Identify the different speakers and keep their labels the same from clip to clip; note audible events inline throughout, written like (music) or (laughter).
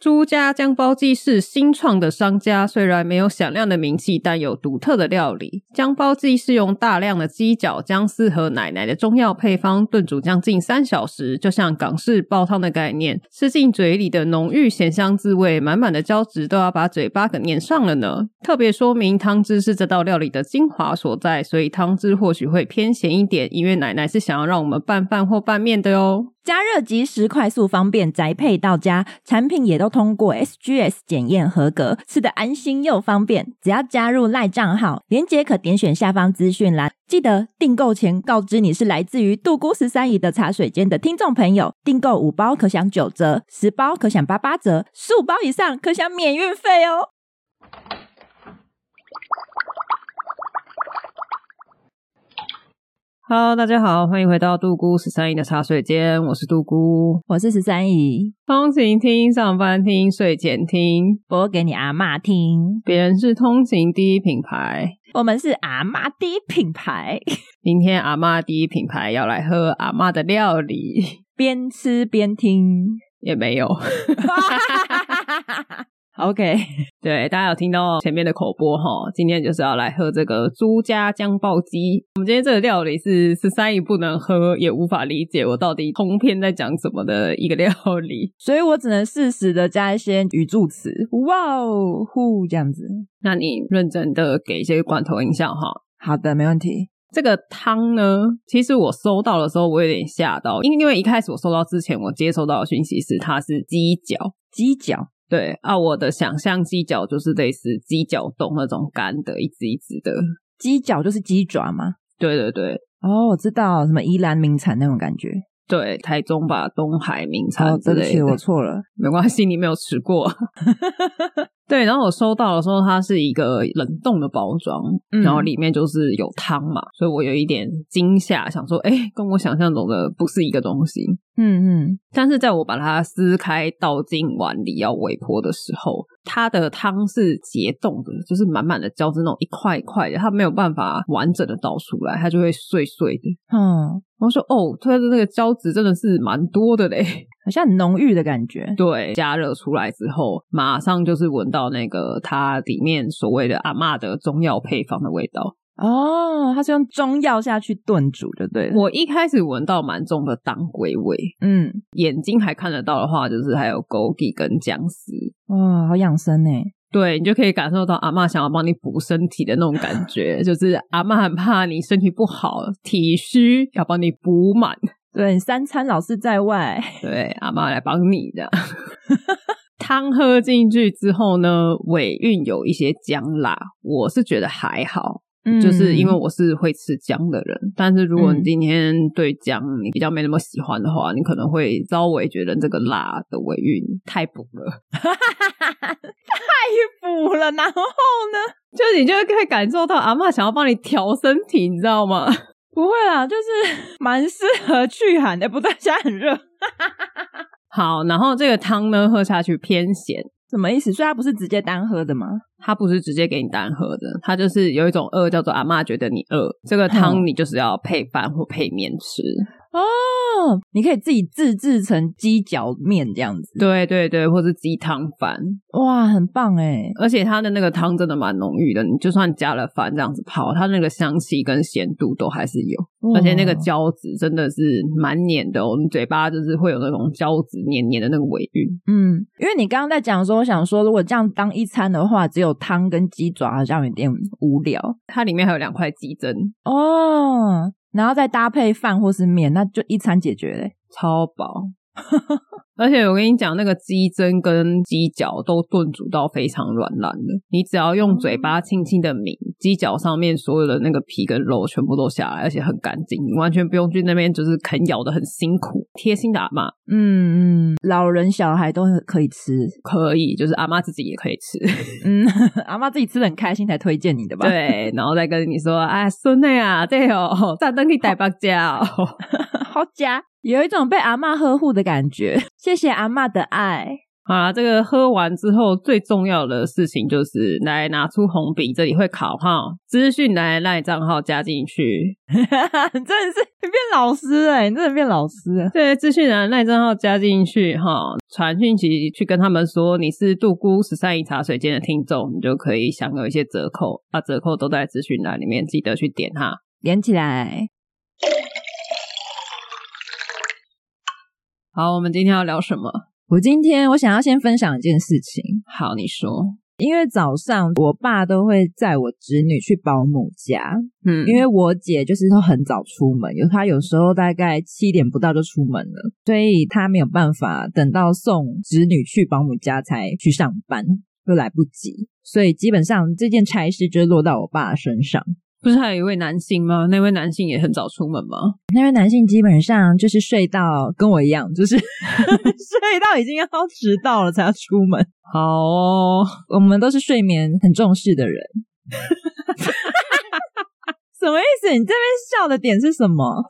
Speaker 1: 朱家酱包鸡是新创的商家，虽然没有响亮的名气，但有独特的料理。酱包鸡是用大量的鸡脚、姜丝和奶奶的中药配方炖煮将近三小时，就像港式煲汤的概念。吃进嘴里的浓郁咸香滋味，满满的胶质都要把嘴巴给粘上了呢。特别说明汤汁是这道料理的精华所在，所以汤汁或许会偏咸一点，因为奶奶是想要让我们拌饭或拌面的哦哟。
Speaker 2: 加热即食，快速方便，宅配到家，产品也都通过 SGS 检验合格，吃的安心又方便。只要加入赖账号，连接可点选下方资讯栏。记得订购前告知你是来自于杜姑十三姨的茶水间的听众朋友，订购五包可享九折，十包可享八八折，十五包以上可享免运费哦。
Speaker 1: Hello，大家好，欢迎回到杜姑十三姨的茶水间，我是杜姑。
Speaker 2: 我是十三姨，
Speaker 1: 通勤听、上班听、睡前听，
Speaker 2: 播给你阿嬷听，
Speaker 1: 别人是通勤第一品牌。
Speaker 2: 我们是阿嬷第一品牌，
Speaker 1: 今天阿嬷第一品牌要来喝阿嬷的料理， (laughs)
Speaker 2: 边吃边听。
Speaker 1: 也没有。
Speaker 2: OK，
Speaker 1: 对，大家有听到前面的口播哈，今天就是要来喝这个朱家姜爆鸡。我们今天这个料理是十三姨不能喝，也无法理解我到底通篇在讲什么的一个料理。
Speaker 2: 所以我只能适时的加一些语助词，哇哦呼这样子。
Speaker 1: 那你认真的给一些罐头音效哈，
Speaker 2: 好的，没问题。
Speaker 1: 这个汤呢，其实我收到的时候我有点吓到，因因为一开始我收到之前，我接收到的讯息是它是鸡脚。
Speaker 2: 鸡脚，
Speaker 1: 对啊，我的想象鸡脚就是类似鸡脚冻那种干的，一只一只
Speaker 2: 嗯
Speaker 1: 的。
Speaker 2: 鸡脚就是鸡爪吗？
Speaker 1: 对对对
Speaker 2: 哦，我知道，什么宜兰名产那种感觉。
Speaker 1: 对，台中吧，东海名
Speaker 2: 哦
Speaker 1: 产，之
Speaker 2: 对不
Speaker 1: 类
Speaker 2: 起，
Speaker 1: 的。
Speaker 2: 我错了。
Speaker 1: 没关系，你没有吃过。 (laughs) 对，然后我收到的时候，它是一个冷冻的包装，
Speaker 2: 嗯
Speaker 1: 然后里面就是有汤嘛，所以我有一点惊吓，想说，哎、跟我想象中的不是一个东西。
Speaker 2: 嗯嗯，
Speaker 1: 但是在我把它撕开倒进碗里要微波的时候，它的汤是结冻的，就是满满的胶质那种一块一块的，它没有办法完整的倒出来，它就会碎碎的。
Speaker 2: 哦，
Speaker 1: 我说哦，它的那个胶质真的是蛮多的嘞。
Speaker 2: 好像很浓郁的感觉。
Speaker 1: 对，加热出来之后，马上就是闻到那个它里面所谓的阿嬷的中药配方的味道。
Speaker 2: 哦，它是用中药下去炖煮的，对了。
Speaker 1: 我一开始闻到蛮重的当归味，
Speaker 2: 嗯，
Speaker 1: 眼睛还看得到的话，就是还有枸杞跟姜丝。
Speaker 2: 哇，好养生欸呢。
Speaker 1: 对你就可以感受到阿嬷想要帮你补身体的那种感觉， (laughs) 就是阿嬷很怕你身体不好、体虚，要帮你补满。
Speaker 2: 对，三餐老是在外。
Speaker 1: 对，阿嬷来帮你的。 (laughs) 汤喝进去之后呢，尾韵有一些姜辣，我是觉得还好，(laughs)
Speaker 2: 嗯
Speaker 1: 就是因为我是会吃姜的人。但是如果你
Speaker 2: 嗯
Speaker 1: 今天对姜你比较没那么喜欢的话，你可能会稍微觉得这个辣的尾韵太补了。 (laughs)
Speaker 2: 太嗯 (laughs) 补了，然后呢？
Speaker 1: 就你就可以感受到阿嬷想要帮你调身体，你知道吗？ (laughs)
Speaker 2: 不会啦，就是 (laughs) 蛮适合去寒的，不对，现在很热。
Speaker 1: 好，然后这个汤呢喝下去偏咸，
Speaker 2: 什么意思？所以它不是直接单喝的吗？
Speaker 1: 它不是直接给你单喝的，它就是有一种饿叫做阿嬷觉得你饿，这个汤
Speaker 2: 嗯
Speaker 1: 你就是要配饭或配面吃。
Speaker 2: 哦，你可以自己自制成鸡脚面这样子。，
Speaker 1: 对对对，或是鸡汤饭，
Speaker 2: 哇，很棒哎！
Speaker 1: 而且它的那个汤真的蛮浓郁的，你就算加了饭这样子泡，它那个香气跟咸度都还是有，
Speaker 2: 嗯
Speaker 1: 而且那个
Speaker 2: 哇
Speaker 1: 胶质真的是蛮黏的、哦，你嘴巴就是会有那种胶质黏黏的那个尾韵。
Speaker 2: 嗯，因为你刚刚在讲说，我想说，如果这样当一餐的话，只有汤跟鸡爪好像有点无聊
Speaker 1: 它里面还有两块鸡胗，
Speaker 2: 哦。然后再搭配饭或是面，那就一餐解决嘞。
Speaker 1: 超饱。 (laughs) 而且我跟你讲，那个鸡胗跟鸡脚都炖煮到非常软烂的，你只要用嘴巴轻轻的抿，鸡脚上面所有的那个皮跟肉全部都下来，而且很干净，你完全不用去那边就是啃咬的很辛苦。贴心的阿妈
Speaker 2: 嗯嗯，老人小孩都可以吃，
Speaker 1: 可以，就是阿妈自己也可以吃，
Speaker 2: 嗯， (laughs) 阿妈自己吃的很开心才推荐你的
Speaker 1: (laughs)
Speaker 2: 吧？，
Speaker 1: 对，然后再跟你说，哎，孙内啊，这哦， (laughs) 炸灯可以带八家哦。
Speaker 2: (laughs) 好假，有一种被阿妈呵护的感觉。谢谢阿妈的爱，
Speaker 1: (laughs) 好啦，这个喝完之后最重要的事情就是来拿出红笔，这里会考号，资讯来赖账号加进去。
Speaker 2: 你 (laughs) 真的是你变老师哎、你真的变老师了。
Speaker 1: 对，资讯栏赖账号加进去哈，传讯息去跟他们说你是杜姑十三姨茶水间的听众，你就可以享有一些折扣啊，折扣都在资讯栏里面，记得去点哈。
Speaker 2: 连起来，
Speaker 1: 好，我们今天要聊什么？
Speaker 2: 我今天我想要先分享一件事情，
Speaker 1: 好，你说，
Speaker 2: 因为早上我爸都会载我侄女去保姆家，
Speaker 1: 嗯
Speaker 2: 因为我姐就是都很早出门，有她有时候大概七点不到就出门了，所以她没有办法等到送侄女去保姆家才去上班，就来不及。所以基本上这件差事就落到我爸身上。
Speaker 1: 不是还有一位男性吗？那位男性也很早出门吗？
Speaker 2: 那位男性基本上就是睡到跟我一样，就是 (laughs) 睡到已经要迟到了才要出门。
Speaker 1: 好哦，
Speaker 2: 我们都是睡眠很重视的人。 (laughs) 什么意思？你这边笑的点是什
Speaker 1: (laughs)
Speaker 2: 么？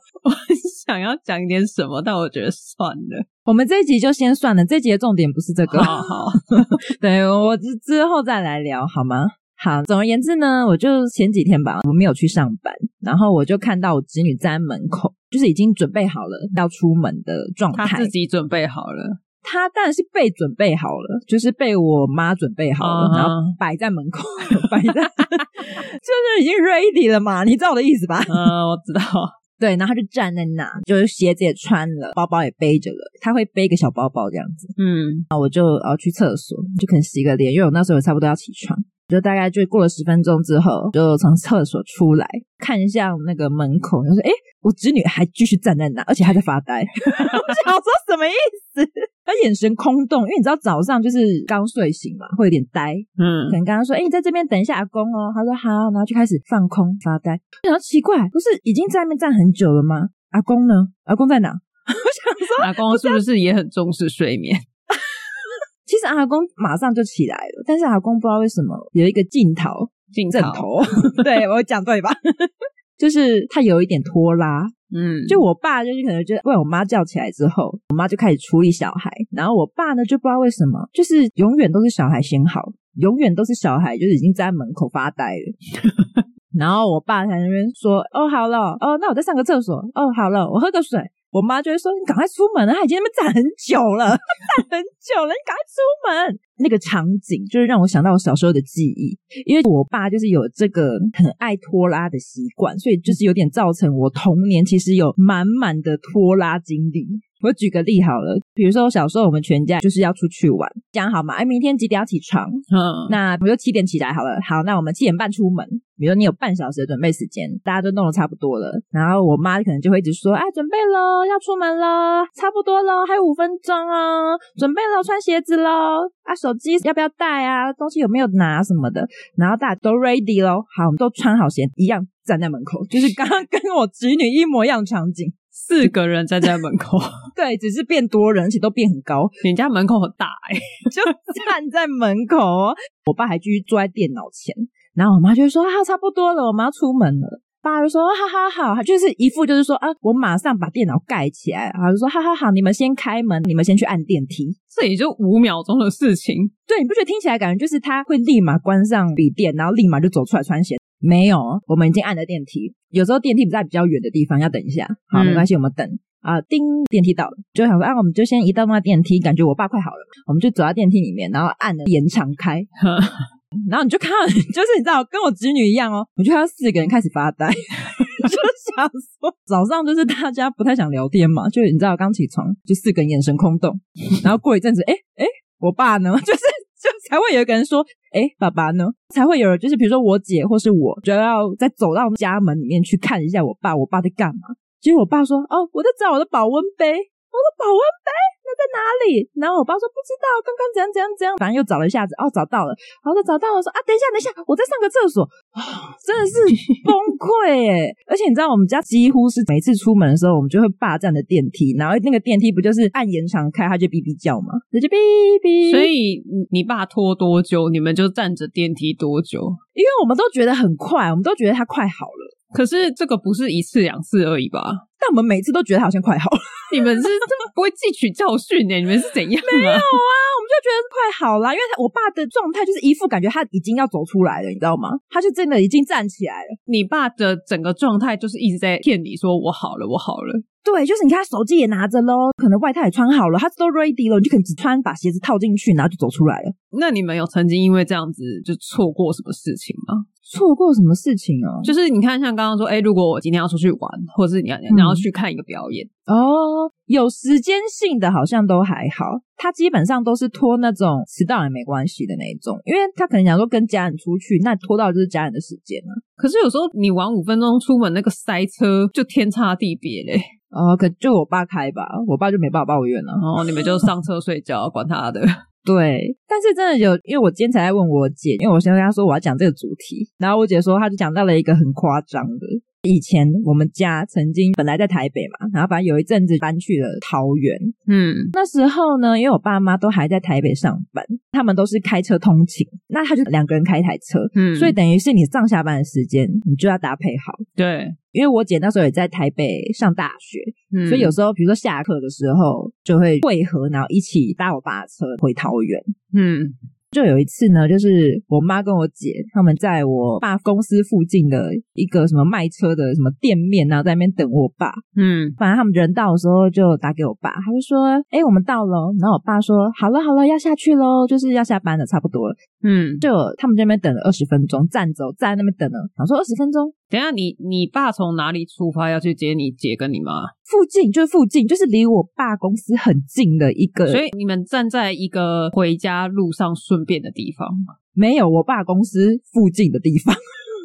Speaker 1: 想要讲一点什么，但我觉得算了。
Speaker 2: 我们这一集就先算了，这一集的重点不是这个。
Speaker 1: 好好，
Speaker 2: (laughs) 对我之之后再来聊好吗？好，总而言之呢，我就前几天吧，我没有去上班，然后我就看到我侄女站在门口，就是已经准备好了要出门的状态。
Speaker 1: 他自己准备好了。
Speaker 2: 她当然是被准备好了，就是被我妈准备好了
Speaker 1: 嗯哼
Speaker 2: 然后摆在门口，摆在 (laughs) 就是已经 ready 了嘛，你知道我的意思吧？
Speaker 1: 嗯，我知道。
Speaker 2: 对，然后她就站在那，就是鞋子也穿了，包包也背着了，她会背一个小包包这样子。
Speaker 1: 嗯，
Speaker 2: 就呃去厕所，就可能洗个脸，因为我那时候也差不多要起床，就大概就过了十分钟之后，就从厕所出来，看一下那个门口，就说：“诶，我侄女还继续站在那，而且还在发呆。” (laughs) 我想说什么意思？她眼神空洞，因为你知道早上就是刚睡醒嘛，会有点呆，可
Speaker 1: 嗯，
Speaker 2: 能刚刚说：“诶，你在这边等一下阿公哦。”她说：“好。”然后就开始放空发呆，然后奇怪，不是已经在那边站很久了吗？阿公呢？阿公在哪？
Speaker 1: 阿公是不是也很重视睡眠？
Speaker 2: 其实阿公马上就起来了，但是阿公不知道为什么有一个镜头，
Speaker 1: (laughs) 镜
Speaker 2: 枕
Speaker 1: 头，
Speaker 2: 头，对我讲对吧？就是他有一点拖拉，
Speaker 1: 嗯，
Speaker 2: 就我爸就是可能就被我妈叫起来之后，我妈就开始处理小孩，然后我爸呢就不知道为什么，就是永远都是小孩先好，永远都是小孩就是已经在门口发呆了。然后我爸才在那边说：“哦，好了，哦，那我再上个厕所。哦，好了，我喝个水。”我妈就会说：“你赶快出门啊，他已经在那边站很久了， (laughs) 站很久了，你赶快出门。”那个场景就是让我想到我小时候的记忆，因为我爸就是有这个很爱拖拉的习惯，所以就是有点造成我童年其实有满满的拖拉经历。我举个例好了，比如说我小时候我们全家就是要出去玩，讲好嘛，哎，明天几点要起床？
Speaker 1: 嗯，
Speaker 2: 那我就七点起来好了。好，那我们七点半出门。比如说你有半小时的准备时间，大家都弄得差不多了，然后我妈可能就会一直说：“哎，准备喽，要出门喽，差不多喽，还有五分钟哦，准备喽，穿鞋子喽，啊，手机要不要带啊？东西有没有拿什么的？”然后大家都 ready 喽，好，我们都穿好鞋，一样站在门口，就是刚刚跟我侄女一模一样的场景。
Speaker 1: 四个人站在门 (laughs) 口，
Speaker 2: 对，只是变多人，而且都变很高。
Speaker 1: 你家门口很大哎、
Speaker 2: 就站在门口哦。 (laughs) 我爸还继续坐在电脑前，然后我妈就会说：“啊，差不多了，我们要出门了。”爸就说：“哈哈好，他就是一副就是说啊，我马上把电脑盖起来。”然后就说：“哈哈好，你们先开门，你们先去按电梯。
Speaker 1: 这也就五秒钟的事情。”
Speaker 2: 对，你不觉得听起来感觉就是他会立马关上笔电，然后立马就走出来穿鞋？没有，哦我们已经按了电梯。有时候电梯不在比较远的地方，要等一下。好，
Speaker 1: 嗯
Speaker 2: 没关系，我们等啊。叮，电梯到了，就想说啊，我们就先移到那电梯，感觉我爸快好了，我们就走到电梯里面，然后按了延长开，然后你就看到， (laughs) 就是你知道，跟我侄女一样哦，我就看到四个人开始发呆， (laughs) 就想说早上就是大家不太想聊天嘛，就你知道刚起床，就四个人眼神空洞，然后过一阵子，哎哎，诶我爸呢？ (laughs) 就是就才会有一个人说，哎，爸爸呢？才会有人就是比如说我姐或是我，就要再走到家门里面去看一下我爸，我爸在干嘛。结果我爸说，哦，我在找我的保温杯，我的保温杯，在哪里？”然后我爸说：“不知道，刚刚怎样怎样怎样。”反正又找了一下子，哦，找到了。然后他找到了，说：“啊，等一下，等一下，我再上个厕所。啊”
Speaker 1: (laughs)
Speaker 2: 真的是崩溃耶！而且你知道，我们家几乎是每次出门的时候，我们就会霸占的电梯，然后那个电梯不就是按延长开，它就哔哔叫嘛，它就哔哔。
Speaker 1: 所以你你爸拖多久，你们就站着电梯多久。
Speaker 2: 因为我们都觉得很快，我们都觉得它快好了，
Speaker 1: 可是这个不是一次两次而已吧？
Speaker 2: 但我们每次都觉得它好像快好了。
Speaker 1: 你们是这么不会汲取教训欸呢、你们是怎样
Speaker 2: 没有
Speaker 1: 啊？
Speaker 2: 啊，我们就觉得快好啦，因为他我爸的状态就是一副感觉他已经要走出来了，你知道吗？他就真的已经站起来了。
Speaker 1: 你爸的整个状态就是一直在骗你说我好了，我好了。
Speaker 2: 对，就是你看他手机也拿着喽，可能外套也穿好了，他都 ready 了，你就可能只穿把鞋子套进去，然后就走出来了。
Speaker 1: 那你们有曾经因为这样子就错过什么事情吗？
Speaker 2: 错过什么事情哦？
Speaker 1: 就是你看，像刚刚说，哎、如果我今天要出去玩，或者是你要
Speaker 2: 嗯
Speaker 1: 你要去看一个表演，
Speaker 2: 哦，有时间性的好像都还好，他基本上都是拖那种迟到也没关系的那一种，因为他可能想说跟家人出去，那拖到就是家人的时间啊。
Speaker 1: 可是有时候你晚五分钟出门，那个塞车就天差地别嘞。
Speaker 2: 哦，可就我爸开吧，我爸就没办法抱怨了、
Speaker 1: 然后你们就上车睡觉，管他的。
Speaker 2: 对，但是真的有，因为我今天才在问我姐，因为我先跟她说我要讲这个主题，然后我姐说她就讲到了一个很夸张的。以前我们家曾经本来在台北嘛，然后反正有一阵子搬去了桃园。
Speaker 1: (laughs) 嗯，
Speaker 2: 那时候呢，因为我爸妈都还在台北上班，他们都是开车通勤，那他就两个人开一台车，
Speaker 1: 嗯
Speaker 2: 所以等于是你上下班的时间你就要搭配好。
Speaker 1: 对，
Speaker 2: 因为我姐那时候也在台北上大学，
Speaker 1: 嗯
Speaker 2: 所以有时候比如说下课的时候就会汇合，然后一起搭我爸的车回桃园。
Speaker 1: 嗯
Speaker 2: 就有一次呢，就是我妈跟我姐他们在我爸公司附近的一个什么卖车的什么店面，然后在那边等我爸。
Speaker 1: 嗯
Speaker 2: 反正他们人到的时候就打给我爸，他就说：“哎、我们到了哦。”然后我爸说：“好了好了，要下去喽，就是要下班了，差不多了。
Speaker 1: 嗯”。
Speaker 2: 就他们在那边等了二十分钟，站着哦站在那边等了，想说二十分钟。
Speaker 1: 等一下你你爸从哪里出发要去接你姐跟你妈？
Speaker 2: 附近就是附近，就是离我爸公司很近的一个，
Speaker 1: 所以你们站在一个回家路上顺便的地方。
Speaker 2: 没有我爸公司附近的地方。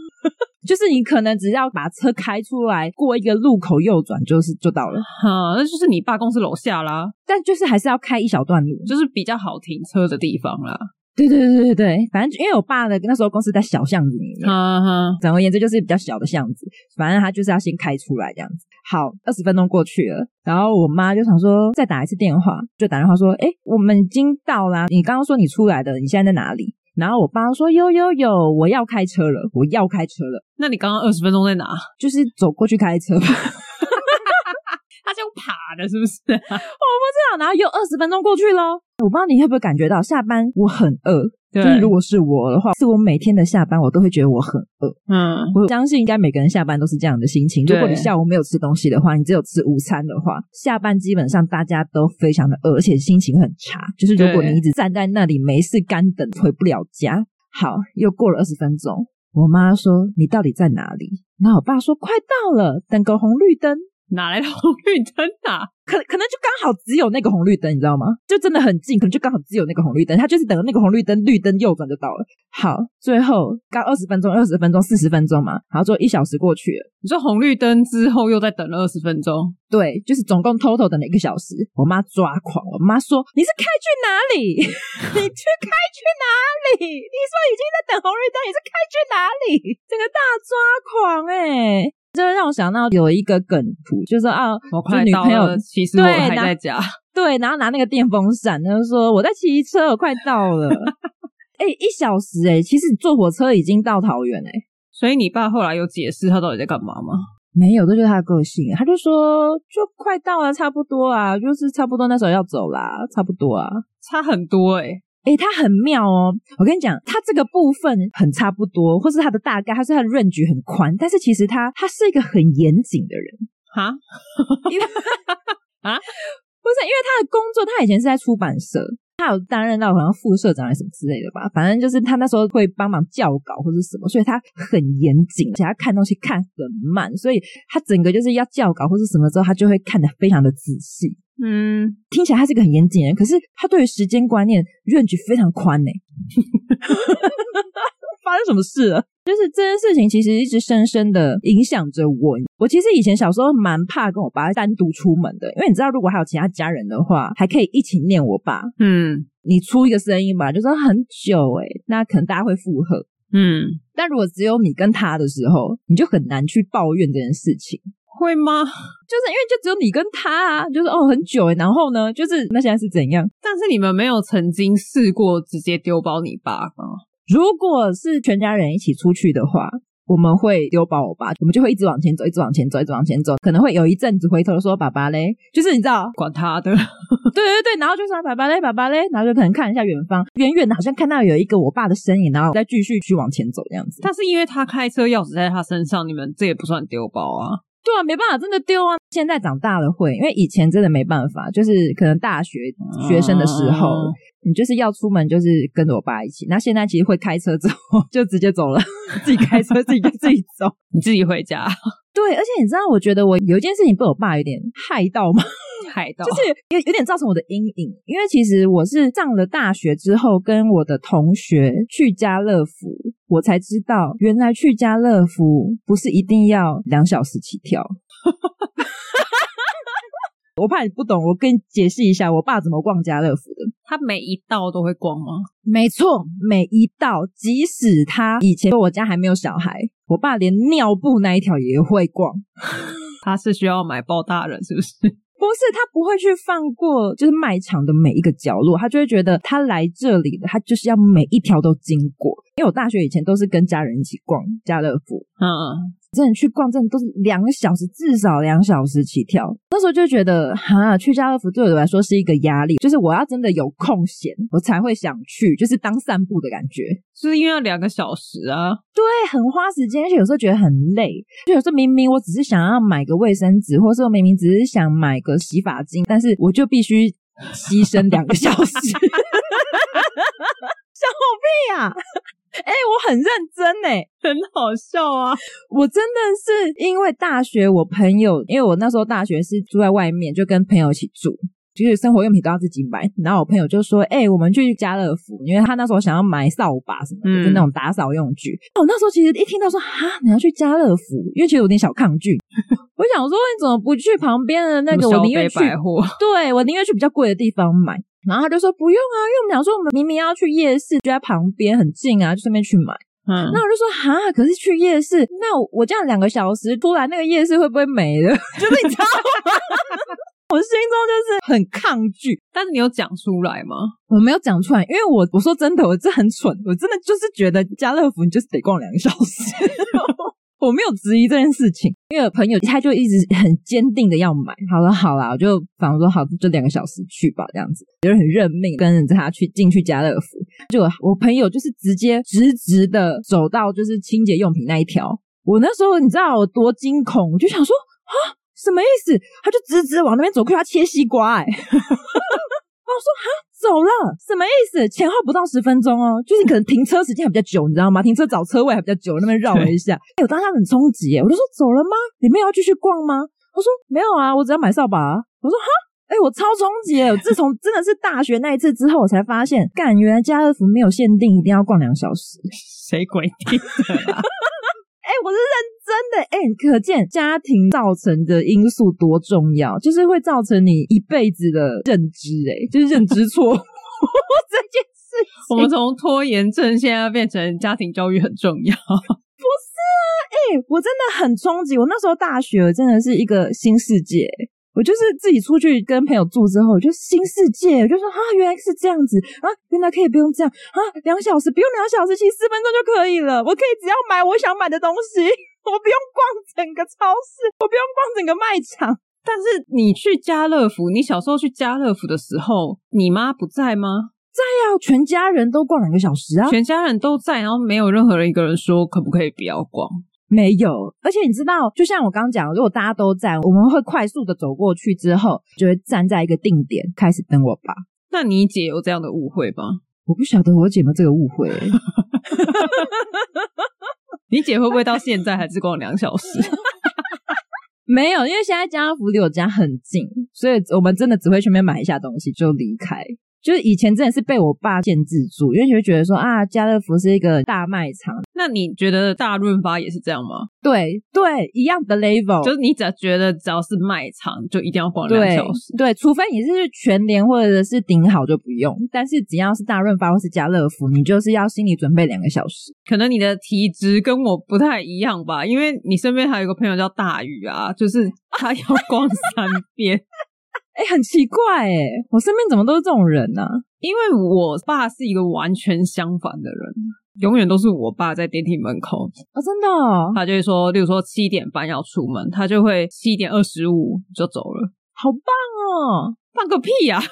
Speaker 2: (laughs) 就是你可能只要把车开出来，过一个路口右转，就是就到了。
Speaker 1: 哈，那就是你爸公司楼下啦，
Speaker 2: 但就是还是要开一小段路。
Speaker 1: 就是比较好停车的地方啦。
Speaker 2: 对对对对对，反正因为我爸的那时候公司在小巷子里面，
Speaker 1: 哈哈，
Speaker 2: 总而言之就是比较小的巷子，反正他就是要先开出来这样子。好，二十分钟过去了，然后我妈就想说再打一次电话，就打电话说：“哎、我们已经到啦，你刚刚说你出来的，你现在在哪里？”然后我爸说：“有有有，我要开车了，我要开车了，
Speaker 1: 那你刚刚二十分钟在哪？ (laughs)
Speaker 2: 就是走过去开车吧。” (laughs)
Speaker 1: 他是用爬的，是不是？
Speaker 2: 我不知道，啊然后又二十分钟过去喽。我不知道你会不会感觉到下班我很饿，
Speaker 1: (laughs) 对
Speaker 2: 就是如果是我的话，是我每天的下班我都会觉得我很饿。
Speaker 1: 嗯，
Speaker 2: 我相信应该每个人下班都是这样的心情。
Speaker 1: 对
Speaker 2: 如果你下午没有吃东西的话，你只有吃午餐的话，下班基本上大家都非常的饿，而且心情很差。就是如果
Speaker 1: 对
Speaker 2: 你一直站在那里没事干等，回不了家。好，又过了二十分钟，我妈说你到底在哪里？然后我爸说快到了，等个红绿灯。
Speaker 1: 哪来的红绿灯啊？
Speaker 2: 可可能就刚好只有那个红绿灯，你知道吗？就真的很近，可能就刚好只有那个红绿灯，他就是等那个红绿灯，绿灯右转就到了。好，最后刚二十分钟、二十分钟、四十分钟嘛，然后就一小时过去了。
Speaker 1: 你说红绿灯之后又再等了二十分钟，
Speaker 2: 对，就是总共 total 等了一个小时。我妈抓狂，我妈说：“你是开去哪里？ (laughs) 你去开去哪里？你说已经在等红绿灯，你是开去哪里？”整个大抓狂哎、这让我想到有一个梗图，就是说啊，
Speaker 1: 我快
Speaker 2: 就女
Speaker 1: 到
Speaker 2: 朋友
Speaker 1: 了，其实我
Speaker 2: 对
Speaker 1: 还
Speaker 2: 拿
Speaker 1: 在家。 (laughs)
Speaker 2: 对，然后拿那个电风扇，他就说我在骑车，我快到 (laughs) 了。哎、一小时哎、其实你坐火车已经到桃园哎、
Speaker 1: 所以你爸后来有解释他到底在干嘛吗？
Speaker 2: 没有，这就是他的个性欸。他就说就快到了，差不多啊，就是差不多那时候要走啦，差不多啊。
Speaker 1: 差很多哎、
Speaker 2: 哎、他很妙哦，我跟你讲，他这个部分很差不多，或是他的大概，他是他的 range 很宽，但是其实他他是一个很严谨的人。
Speaker 1: 哈，
Speaker 2: 因为
Speaker 1: 啊，
Speaker 2: 不是因为他的工作，他以前是在出版社，他有担任到好像副社长还是什么之类的吧，反正就是他那时候会帮忙校稿或者什么，所以他很严谨，而且他看东西看很慢，所以他整个就是要校稿或是什么之后，他就会看得非常的仔细。
Speaker 1: 嗯，
Speaker 2: 听起来他是一个很严谨的人，可是他对于时间观念 range 欸非常宽呢、发生什么事了？就是这件事情其实一直深深的影响着我。我其实以前小时候蛮怕跟我爸单独出门的，因为你知道，如果还有其他家人的话，还可以一起念我爸。
Speaker 1: 嗯
Speaker 2: 你出一个声音吧，就说很久诶、那可能大家会附和。
Speaker 1: 嗯，
Speaker 2: 但如果只有你跟他的时候，你就很难去抱怨这件事情，
Speaker 1: 会吗？
Speaker 2: 就是因为就只有你跟他啊，就是哦很久诶、然后呢，就是那现在是怎样？
Speaker 1: 但是你们没有曾经试过直接丢包你爸吗？
Speaker 2: 如果是全家人一起出去的话，我们会丢包我爸，我们就会一直往前走，一直往前走，一直往前走，可能会有一阵子回头说爸爸嘞，就是你知道，
Speaker 1: 管他的，
Speaker 2: 对对对，然后就说爸爸嘞，爸爸嘞，然后就可能看一下远方，远远的好像看到有一个我爸的身影，然后再继续去往前走这样子。
Speaker 1: 但是因为他开车钥匙在他身上，你们这也不算丢包啊。
Speaker 2: 对啊，没办法，真的丢啊！现在长大了会，因为以前真的没办法，就是可能大学学生的时候，
Speaker 1: 嗯
Speaker 2: 你就是要出门就是跟着我爸一起。那现在其实会开车之后就直接走了，自己开车自己就 (laughs) 自己走。
Speaker 1: 你自己回家，
Speaker 2: 对，而且你知道，我觉得我有一件事情被我爸有点害到吗？
Speaker 1: 海盗
Speaker 2: 就是有有点造成我的阴影，因为其实我是上了大学之后，跟我的同学去家乐福，我才知道原来去家乐福不是一定要两小时起跳。 (laughs) 我怕你不懂，我跟你解释一下，我爸怎么逛家乐福的。
Speaker 1: 他每一道都会逛吗？
Speaker 2: 没错，每一道，即使他以前我家还没有小孩，我爸连尿布那一条也会逛。
Speaker 1: 他是需要买包大人是不 (laughs) 是？
Speaker 2: 不是，他不会去放过，就是卖场的每一个角落，他就会觉得他来这里的，他就是要每一条都经过。因为我大学以前都是跟家人一起逛家乐福，
Speaker 1: 嗯，
Speaker 2: 真的去逛，真的都是两个小时，至少两小时起跳。那时候就觉得，哈，去家乐福对我来说是一个压力，就是我要真的有空闲，我才会想去，就是当散步的感觉。
Speaker 1: 就是因为要两个小时啊。
Speaker 2: 对，很花时间，而且有时候觉得很累。就有时候明明我只是想要买个卫生纸，或是我明明只是想买个洗发精，但是我就必须牺牲两个小
Speaker 1: (laughs)
Speaker 2: 时。(laughs) 笑屁呀、啊！哎、我很认真欸呢、
Speaker 1: 很好笑啊！
Speaker 2: 我真的是因为大学，我朋友，因为我那时候大学是住在外面，就跟朋友一起住，就是生活用品都要自己买。然后我朋友就说：“哎、我们去家乐福，因为他那时候想要买扫把什么的，
Speaker 1: 嗯
Speaker 2: 就那种打扫用具。”哦我那时候其实一听到说：“哈，你要去家乐福？”因为其实有点小抗
Speaker 1: (laughs)
Speaker 2: 拒，我想说你怎么不去旁边的 (laughs) 那个？我
Speaker 1: 小
Speaker 2: 宁愿
Speaker 1: 北
Speaker 2: 去
Speaker 1: 百货，
Speaker 2: 对我宁愿去比较贵的地方买。然后他就说不用啊，因为我们想说我们明明要去夜市，就在旁边很近啊，就顺便去买。
Speaker 1: 嗯
Speaker 2: 那我就说哈，可是去夜市，那我我这样两个小时，突然那个夜市会不会没了？就是你知道吗？ (laughs) 我心中就是很抗拒，
Speaker 1: 但是你有讲出来吗？
Speaker 2: 我没有讲出来，因为我我说真的，我这很蠢，我真的就是觉得家乐福你就是得逛两个小时， (laughs) 我没有质疑这件事情，因为朋友他就一直很坚定的要买，好了好了，我就反正说好就两个小时去吧，这样子，就是很认命跟着他去进去家乐福，就我我朋友就是直接直直的走到就是清洁用品那一条，我那时候你知道我多惊恐，我就想说啊什么意思？他就直直往那边走，快要切西瓜哎、欸，我说哈走了什么意思？前后不到十分钟哦，就是可能停车时间还比较久，你知道吗？停车找车位还比较久，那边绕了一下，哎、我当下很冲击耶，我就说走了吗？你们有要继续逛吗？我说没有啊，我只要买扫把、啊。我说哈。哎、我超冲击耶！我自从真的是大学那一次之后，我才发现，干，原来家乐福没有限定一定要逛两小时。
Speaker 1: 谁规定的啦？
Speaker 2: 哎、我是认真的，哎、可见家庭造成的因素多重要，就是会造成你一辈子的认知、哎，就是认知错误 (laughs) 这件事
Speaker 1: (laughs) 我们从拖延症现在变成家庭教育很重要。 (laughs)
Speaker 2: 哎、我真的很冲击，我那时候大学真的是一个新世界、哎我就是自己出去跟朋友住之后，我就新世界，我就说啊，原来是这样子啊，原来可以不用这样啊，两小时不用两小时，其实四分钟就可以了，我可以只要买我想买的东西，我不用逛整个超市，我不用逛整个卖场。
Speaker 1: 但是你去家乐福，你小时候去家乐福的时候，你妈不在吗？
Speaker 2: 要啊全家人都逛两个小时啊？
Speaker 1: 全家人都在，然后没有任何人一个人说可不可以不要逛。
Speaker 2: 没有，而且你知道，就像我刚刚讲，如果大家都在，我们会快速的走过去之后，就会站在一个定点开始等我爸。
Speaker 1: 那你姐有这样的误会吗？
Speaker 2: 我不晓得我姐有没有这个误会、欸
Speaker 1: 你姐会不会到现在还是逛两小时？
Speaker 2: (laughs)
Speaker 1: (laughs)
Speaker 2: 没有，因为现在家乐福离我家很近，所以我们真的只会顺便买一下东西就离开。就是以前真的是被我爸限制住，因为你会觉得说啊，家乐福是一个大卖场，
Speaker 1: 那你觉得大润发也是这样吗？
Speaker 2: 对对，一样的 level，
Speaker 1: 就是你只要觉得只要是卖场，就一定要逛两
Speaker 2: 哦对
Speaker 1: 小时。
Speaker 2: 对，除非你是全联或者是顶好就不用，但是只要是大润发或是家乐福，你就是要心理准备两个小时。
Speaker 1: 可能你的体质跟我不太一样吧，因为你身边还有一个朋友叫大宇啊，就是他要逛三遍。 (laughs)
Speaker 2: 哎，很奇怪哎，我身边怎么都是这种人呢、哦
Speaker 1: 因为我爸是一个完全相反的人，永远都是我爸在电梯门口，
Speaker 2: 哦，真的、哦，
Speaker 1: 他就会说，例如说七点半要出门，他就会七点二十五就走了，
Speaker 2: 好棒哦，
Speaker 1: 放个屁啊呀、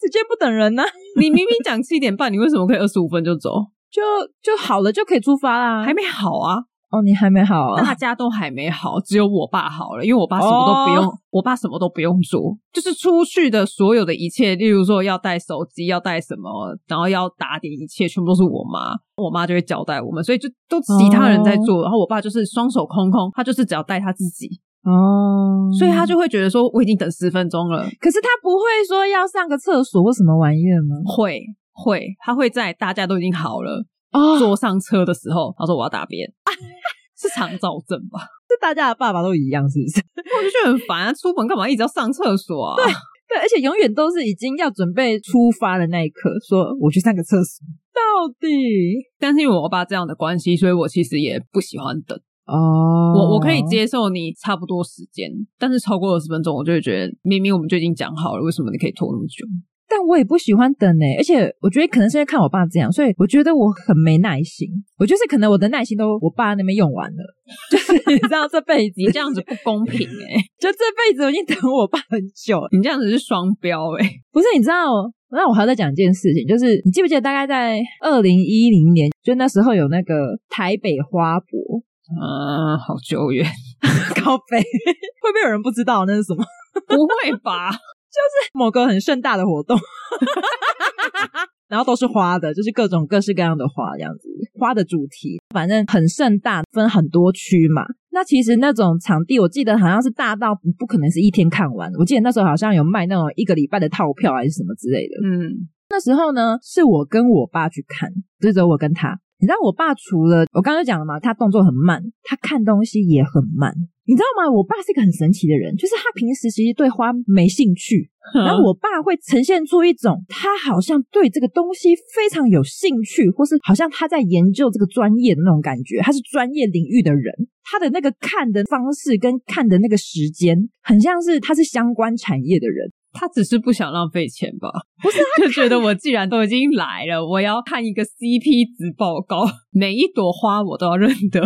Speaker 2: 直接不等人呢、
Speaker 1: 你明明讲七点半，你为什么可以二十五分就走？
Speaker 2: 就就好了，就可以出发啦。
Speaker 1: 还没好啊，
Speaker 2: 哦，你还没好啊？
Speaker 1: 大家都还没好，只有我爸好了，因为我爸什么都不用，
Speaker 2: 哦
Speaker 1: 我爸什么都不用做，就是出去的所有的一切，例如说要带手机，要带什么，然后要打点，一切全部都是我妈，我妈就会交代我们，所以就都其他人在做，然后我爸就是双手空空，他就是只要带他自己，
Speaker 2: 哦，
Speaker 1: 所以他就会觉得说我已经等十分钟了，
Speaker 2: 可是他不会说要上个厕所或什么玩意儿吗？
Speaker 1: 会会，他会在大家都已经好了，
Speaker 2: 哦
Speaker 1: 坐上车的时候，他说我要大便， (laughs) 是肠燥症吧？
Speaker 2: 这大家的爸爸都一样，是不 (laughs) 是？
Speaker 1: (laughs) 我就觉得很烦啊，出门干嘛一直要上厕所啊？
Speaker 2: 对，而且永远都是已经要准备出发的那一刻，说我去上个厕所，到底
Speaker 1: 但是因为我爸这样的关系，所以我其实也不喜欢等。
Speaker 2: 哦
Speaker 1: 我我可以，接受你差不多时间，但是超过二十分钟，我就会觉得明明我们就已经讲好了，为什么你可以拖那么久？
Speaker 2: 但我也不喜欢等呢、欸而且我觉得可能是因为看我爸这样，所以我觉得我很没耐心。我就是可能我的耐心都我爸那边用完了，就是你知道这辈子
Speaker 1: (laughs) 你这样子不公平哎、
Speaker 2: 就这辈子我已经等我爸很久了。
Speaker 1: (laughs) 你这样子是双标哎、
Speaker 2: 不是，你知道，那我还要再讲一件事情，就是你记不记得大概在二零一零年，就那时候有那个台北花博
Speaker 1: (laughs)
Speaker 2: (laughs)
Speaker 1: 嗯，好久远，
Speaker 2: 高飞， (laughs) 会不会有人不知道那是什么？
Speaker 1: (laughs)
Speaker 2: (laughs)
Speaker 1: 不会吧？
Speaker 2: 某个很盛大的活动。 (laughs) 然后都是花的，就是各种各式各样的花，这样子花的主题，反正很盛大，分很多区嘛。那其实那种场地，我记得好像是大到不不可能是一天看完。我记得那时候好像有卖那种一个礼拜的套票还是什么之类的。
Speaker 1: (laughs) 嗯，
Speaker 2: 那时候呢，是我跟我爸去看，就只有我跟他。你知道我爸除了我刚刚就讲了嘛，他动作很慢，他看东西也很慢，你知道吗？我爸是一个很神奇的人，就是他平时其实对花没兴趣，
Speaker 1: 嗯
Speaker 2: 然后我爸会呈现出一种他好像对这个东西非常有兴趣，或是好像他在研究这个专业的那种感觉，他是专业领域的人。他的那个看的方式跟看的那个时间，很像是他是相关产业的人。
Speaker 1: 他只是不想浪费钱吧？不是，啊 (laughs) 就觉得我既然都已经来了，我要看一个 CP 值报告，每一朵花我都要认得。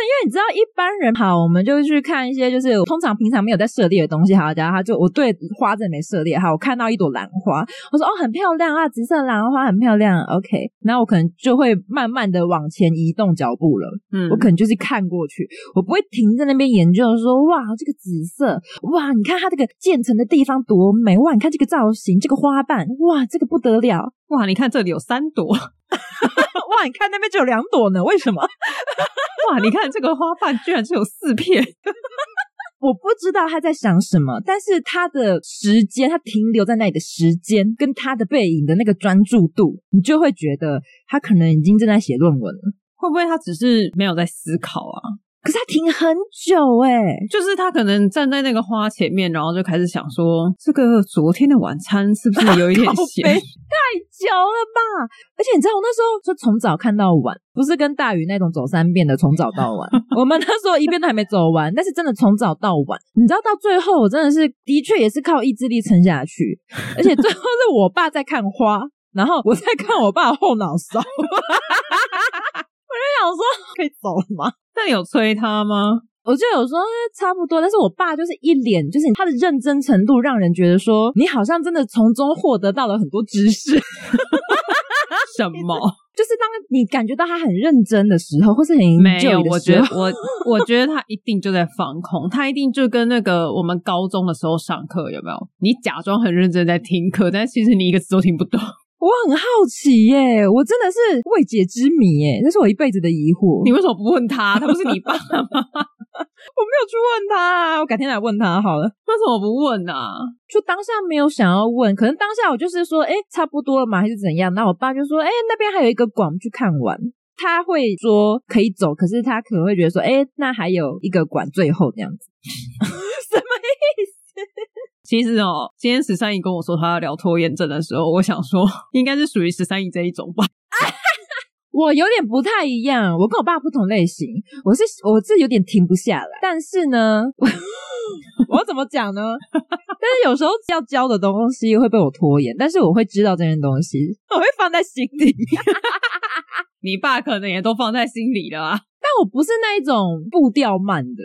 Speaker 2: 因为你知道一般人好，我们就去看一些就是通常平常没有在涉猎的东西。好，假如他就我对花真的没涉猎，好，我看到一朵兰花，我说哦很漂亮啊，紫色兰花很漂亮，OK，然后我可能就会慢慢的往前移动脚步了。
Speaker 1: 嗯
Speaker 2: 我可能就是看过去，我不会停在那边研究说，哇，这个紫色，哇，你看它这个建成的地方多美，哇，你看这个造型，这个花瓣，哇，这个不得了， (laughs)
Speaker 1: 哇，你看这里有三朵，
Speaker 2: 哇，你看那边就有两朵呢，为什么？
Speaker 1: 哇，你看这个花瓣居然只有四片，
Speaker 2: (laughs) 我不知道他在想什么，但是他的时间，他停留在那里的时间，跟他的背影的那个专注度，你就会觉得他可能已经正在写论文了。
Speaker 1: 会不会他只是没有在思考啊？
Speaker 2: 可是他停很久哎、
Speaker 1: 就是他可能站在那个花前面，然后就开始想说，这个昨天的晚餐是不是有一 (laughs) 点
Speaker 2: (laughs) 靠
Speaker 1: 咸
Speaker 2: 北？久了吧？而且你知道，我那时候就从早看到晚，不是跟大宇那种走三遍的从早到晚。我们那时候一遍都还没走完，但是真的从早到晚。你知道，到最后我真的是的确也是靠意志力撑下去，而且最后是我爸在看花，然后我在看我爸的后脑勺。 (laughs) 我就想说，可以走了吗？
Speaker 1: 那你有催他吗？
Speaker 2: 我就有说哎差不多，但是我爸就是一脸就是他的认真程度，让人觉得说你好像真的从中获得到了很多知识。
Speaker 1: 什么？
Speaker 2: 就是当你感觉到他很认真的时候，或是很
Speaker 1: 没
Speaker 2: enjoy
Speaker 1: 有，
Speaker 2: 的
Speaker 1: 我
Speaker 2: 时
Speaker 1: 觉得
Speaker 2: 候
Speaker 1: 我我觉得他一定就在放空，他一定就跟那个我们高中的时候上课有没有？你假装很认真在听课，但其实你一个字都听不懂。
Speaker 2: 我很好奇耶，我真的是未解之谜耶，那是我一辈子的疑惑。
Speaker 1: 你为什么不问他？他不是你爸吗？ (laughs)
Speaker 2: 我没有去问他啊，我改天来问他好了。
Speaker 1: 为什么不问啊？
Speaker 2: (laughs) 就当下没有想要问，可能当下我就是说，哎、差不多了嘛，还是怎样？那我爸就说，哎、那边还有一个馆，我们去看完。他会说可以走，可是他可能会觉得说，哎、那还有一个馆，最后这样子。
Speaker 1: 其实哦，今天十三姨跟我说她要聊拖延症的时候，我想说应该是属于十三姨这一种吧。
Speaker 2: 我有点不太一样，我跟我爸不同类型，我是我是有点停不下来，但是呢， (laughs) 我要怎么讲呢？但是有时候要教的东西会被我拖延，但是我会知道这件东西，我会放在心里。
Speaker 1: 你爸可能也都放在心里了啊。
Speaker 2: 但我不是那一种步调慢的，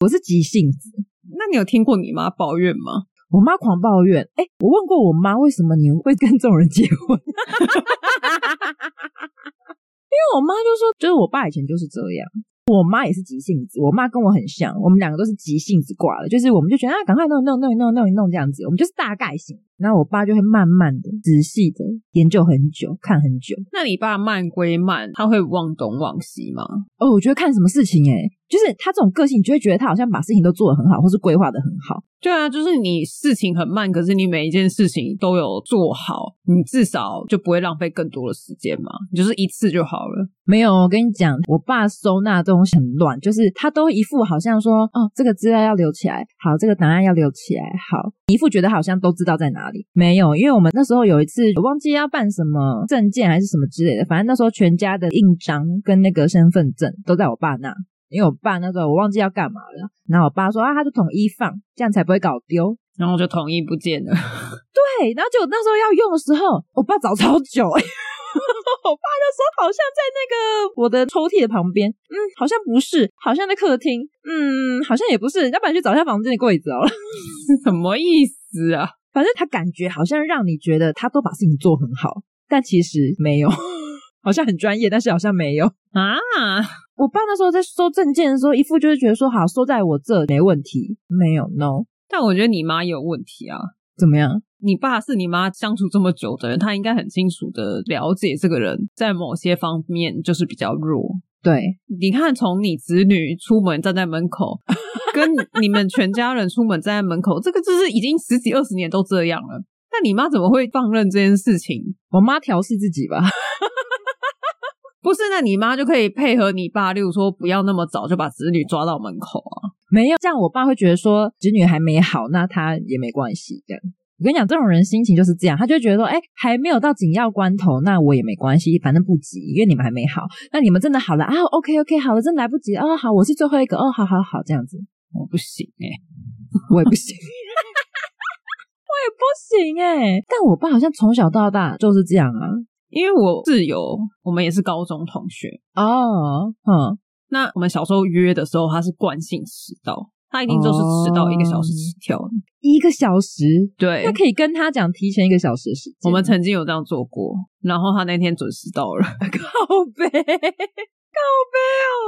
Speaker 2: 我是急性子。
Speaker 1: 那你有听过你妈抱怨吗？
Speaker 2: 我妈狂抱怨，哎、我问过我妈为什么你会跟这种人结婚， (laughs) 因为我妈就说，就是我爸以前就是这样。我妈也是急性子，我妈跟我很像，我们两个都是急性子挂的，就是我们就觉得啊，赶快弄弄弄弄弄弄这样子，我们就是大概型。然后我爸就会慢慢的、仔细的研究很久，看很久。
Speaker 1: 那你爸慢归慢，他会忘东忘西吗？
Speaker 2: 哦，我觉得看什么事情、诶，就是他这种个性，你就会觉得他好像把事情都做得很好，或是规划的很好。
Speaker 1: 对啊，就是你事情很慢，可是你每一件事情都有做好，你至少就不会浪费更多的时间嘛，你就是一次就好了。
Speaker 2: 没有，我跟你讲，我爸收纳东西很乱，就是他都一副好像说，哦，这个资料要留起来，好，这个档案要留起来，好，一副觉得好像都知道在哪里。没有，因为我们那时候有一次我忘记要办什么证件还是什么之类的，反正那时候全家的印章跟那个身份证都在我爸那，因为我爸那时候我忘记要干嘛了，然后我爸说啊，他就统一放，这样才不会搞丢。
Speaker 1: 然后就同意不见了， (laughs)
Speaker 2: 对，然后结果那时候要用的时候，我爸找超久、 (laughs) 欸我爸就说好像在那个我的抽屉的旁边，嗯，好像不是，好像在客厅，嗯，好像也不是，要不然去找一下房间的柜子好了。 (laughs)
Speaker 1: 是什么意思啊？
Speaker 2: 反正他感觉好像让你觉得他都把事情做很好，但其实没有， (laughs) 好像很专业，但是好像没有。
Speaker 1: 啊，
Speaker 2: 我爸那时候在收证件的时候，一副就是觉得说好收在我这没问题，没有 no
Speaker 1: 但我觉得你妈也有问题啊。
Speaker 2: 怎么样？
Speaker 1: 你爸是你妈相处这么久的人，他应该很清楚的了解这个人在某些方面就是比较弱。
Speaker 2: 对，
Speaker 1: 你看，从你子女出门站在门口，跟你们全家人出门站在门口，这个就是已经十几二十年都这样了。那你妈怎么会放任这件事情？
Speaker 2: 我妈调试自己吧。
Speaker 1: 不是，那你妈就可以配合你爸，例如说不要那么早就把子女抓到门口啊。
Speaker 2: 没有，这样我爸会觉得说侄女还没好，那他也没关系这样。我跟你讲，这种人心情就是这样，他就会觉得说，哎、还没有到紧要关头，那我也没关系，反正不急，因为你们还没好。那你们真的好了啊？OK OK，好了，真来不及哦，好，我是最后一个哦，好好好，这样子，
Speaker 1: 我不行哎、
Speaker 2: (laughs) 我也不行， (laughs) 我也不行哎、但我爸好像从小到大就是这样啊。
Speaker 1: 因为我室友，我们也是高中同学。
Speaker 2: 哦，嗯，
Speaker 1: 那我们小时候约的时候，他是惯性迟到，他一定就是迟到一个小时起跳的。
Speaker 2: 一个小时，
Speaker 1: 对
Speaker 2: 那，可以跟他讲提前一个小时的时间。
Speaker 1: 我们曾经有这样做过，然后他那天准时到了。
Speaker 2: 靠背，靠背